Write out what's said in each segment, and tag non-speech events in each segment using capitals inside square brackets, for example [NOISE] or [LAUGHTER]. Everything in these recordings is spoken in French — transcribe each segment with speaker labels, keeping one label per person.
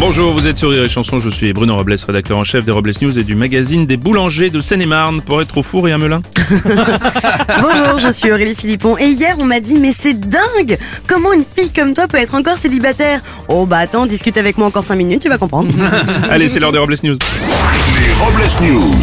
Speaker 1: Bonjour, vous êtes sur Rire et Chanson, je suis Bruno Robles, rédacteur en chef des Robles News et du magazine des boulangers de Seine-et-Marne pour être au four et à Melun. [LAUGHS]
Speaker 2: Bonjour, je suis Aurélie Philippon. Et hier, on m'a dit, mais c'est dingue Comment une fille comme toi peut être encore célibataire Oh bah attends, discute avec moi encore 5 minutes, tu vas comprendre.
Speaker 1: Allez, c'est l'heure des Robles News.
Speaker 3: Les Robles News.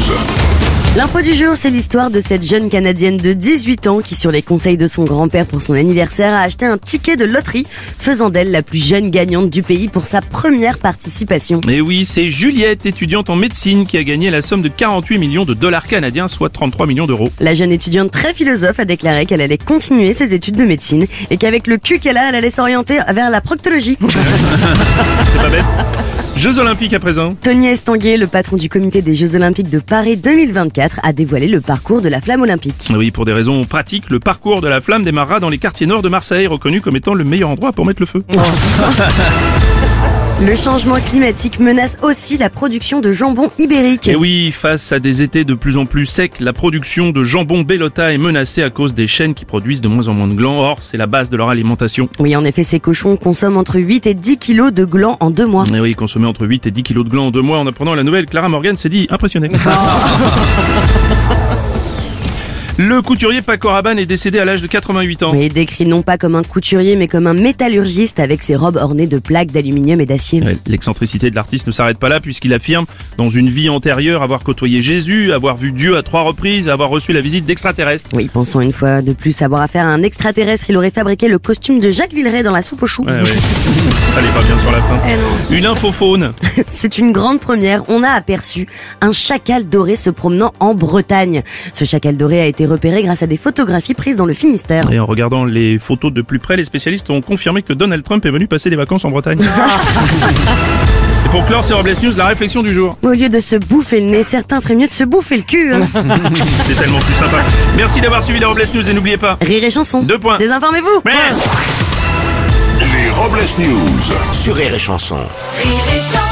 Speaker 2: L'info du jour, c'est l'histoire de cette jeune Canadienne de 18 ans qui, sur les conseils de son grand-père pour son anniversaire, a acheté un ticket de loterie, faisant d'elle la plus jeune gagnante du pays pour sa première participation.
Speaker 1: Et Eh oui, c'est Juliette, étudiante en médecine, qui a gagné la somme de 48 millions de dollars canadiens, soit 33 millions d'euros.
Speaker 2: La jeune étudiante très philosophe a déclaré qu'elle allait continuer ses études de médecine et qu'avec le cul qu'elle a, elle allait s'orienter vers la proctologie.
Speaker 1: C'est [LAUGHS] pas bête Jeux Olympiques à présent.
Speaker 2: Tony Estanguet, le patron du comité des Jeux Olympiques de Paris 2024, a dévoilé le parcours de la flamme olympique.
Speaker 1: Oui, pour des raisons pratiques, le parcours de la flamme démarrera dans les quartiers nord de Marseille, reconnu comme étant le meilleur endroit pour mettre le feu.
Speaker 2: Le changement climatique menace aussi la production de jambon ibérique.
Speaker 1: Et Eh oui, face à des étés de plus en plus secs, la production de jambon Bellota est menacée à cause des chaînes qui produisent de moins en moins de glands. Or, c'est la base de leur alimentation.
Speaker 2: Oui, en effet, ces cochons consomment entre 8 et 10 kilos de glands en deux mois.
Speaker 1: Et Eh oui, consommer entre 8 et 10 kilos de glands en deux mois en apprenant la nouvelle, Clara Morgan s'est dit impressionnée. Le couturier Paco Rabanne est décédé à l'âge de 88 ans.
Speaker 2: Oui, décrit non pas comme un couturier, mais comme un métallurgiste avec ses robes ornées de plaques d'aluminium et d'acier.
Speaker 1: Ouais, L'excentricité de l'artiste ne s'arrête pas là puisqu'il affirme dans une vie antérieure avoir côtoyé Jésus, avoir vu Dieu à trois reprises, avoir reçu la visite d'extraterrestres.
Speaker 2: Oui, pensant une fois de plus avoir affaire à un extraterrestre, il aurait fabriqué le costume de Jacques Villeray dans la soupe aux choux.
Speaker 1: Ouais, ouais.
Speaker 2: [LAUGHS]
Speaker 1: Ça allait pas bien sur la fin. Une infofaune.
Speaker 2: C'est une grande première. On a aperçu un chacal doré se promenant en Bretagne. Ce chacal doré a été repéré grâce à des photographies prises dans le Finistère.
Speaker 1: Et en regardant les photos de plus près, les spécialistes ont confirmé que Donald Trump est venu passer des vacances en Bretagne. [LAUGHS] Et pour clore ces Robles News, la réflexion du jour.
Speaker 2: Au lieu de se bouffer le nez, certains feraient mieux de se bouffer le
Speaker 1: [LAUGHS]
Speaker 2: cul. hein.
Speaker 1: C'est tellement plus sympa. Merci d'avoir suivi les Robles News et n'oubliez pas.
Speaker 2: Rire et chanson.
Speaker 1: Deux points.
Speaker 2: Désinformez-vous.
Speaker 1: Mais-
Speaker 3: Les Robles News.
Speaker 4: Sur Rire et Chanson.
Speaker 5: Rire et chanson.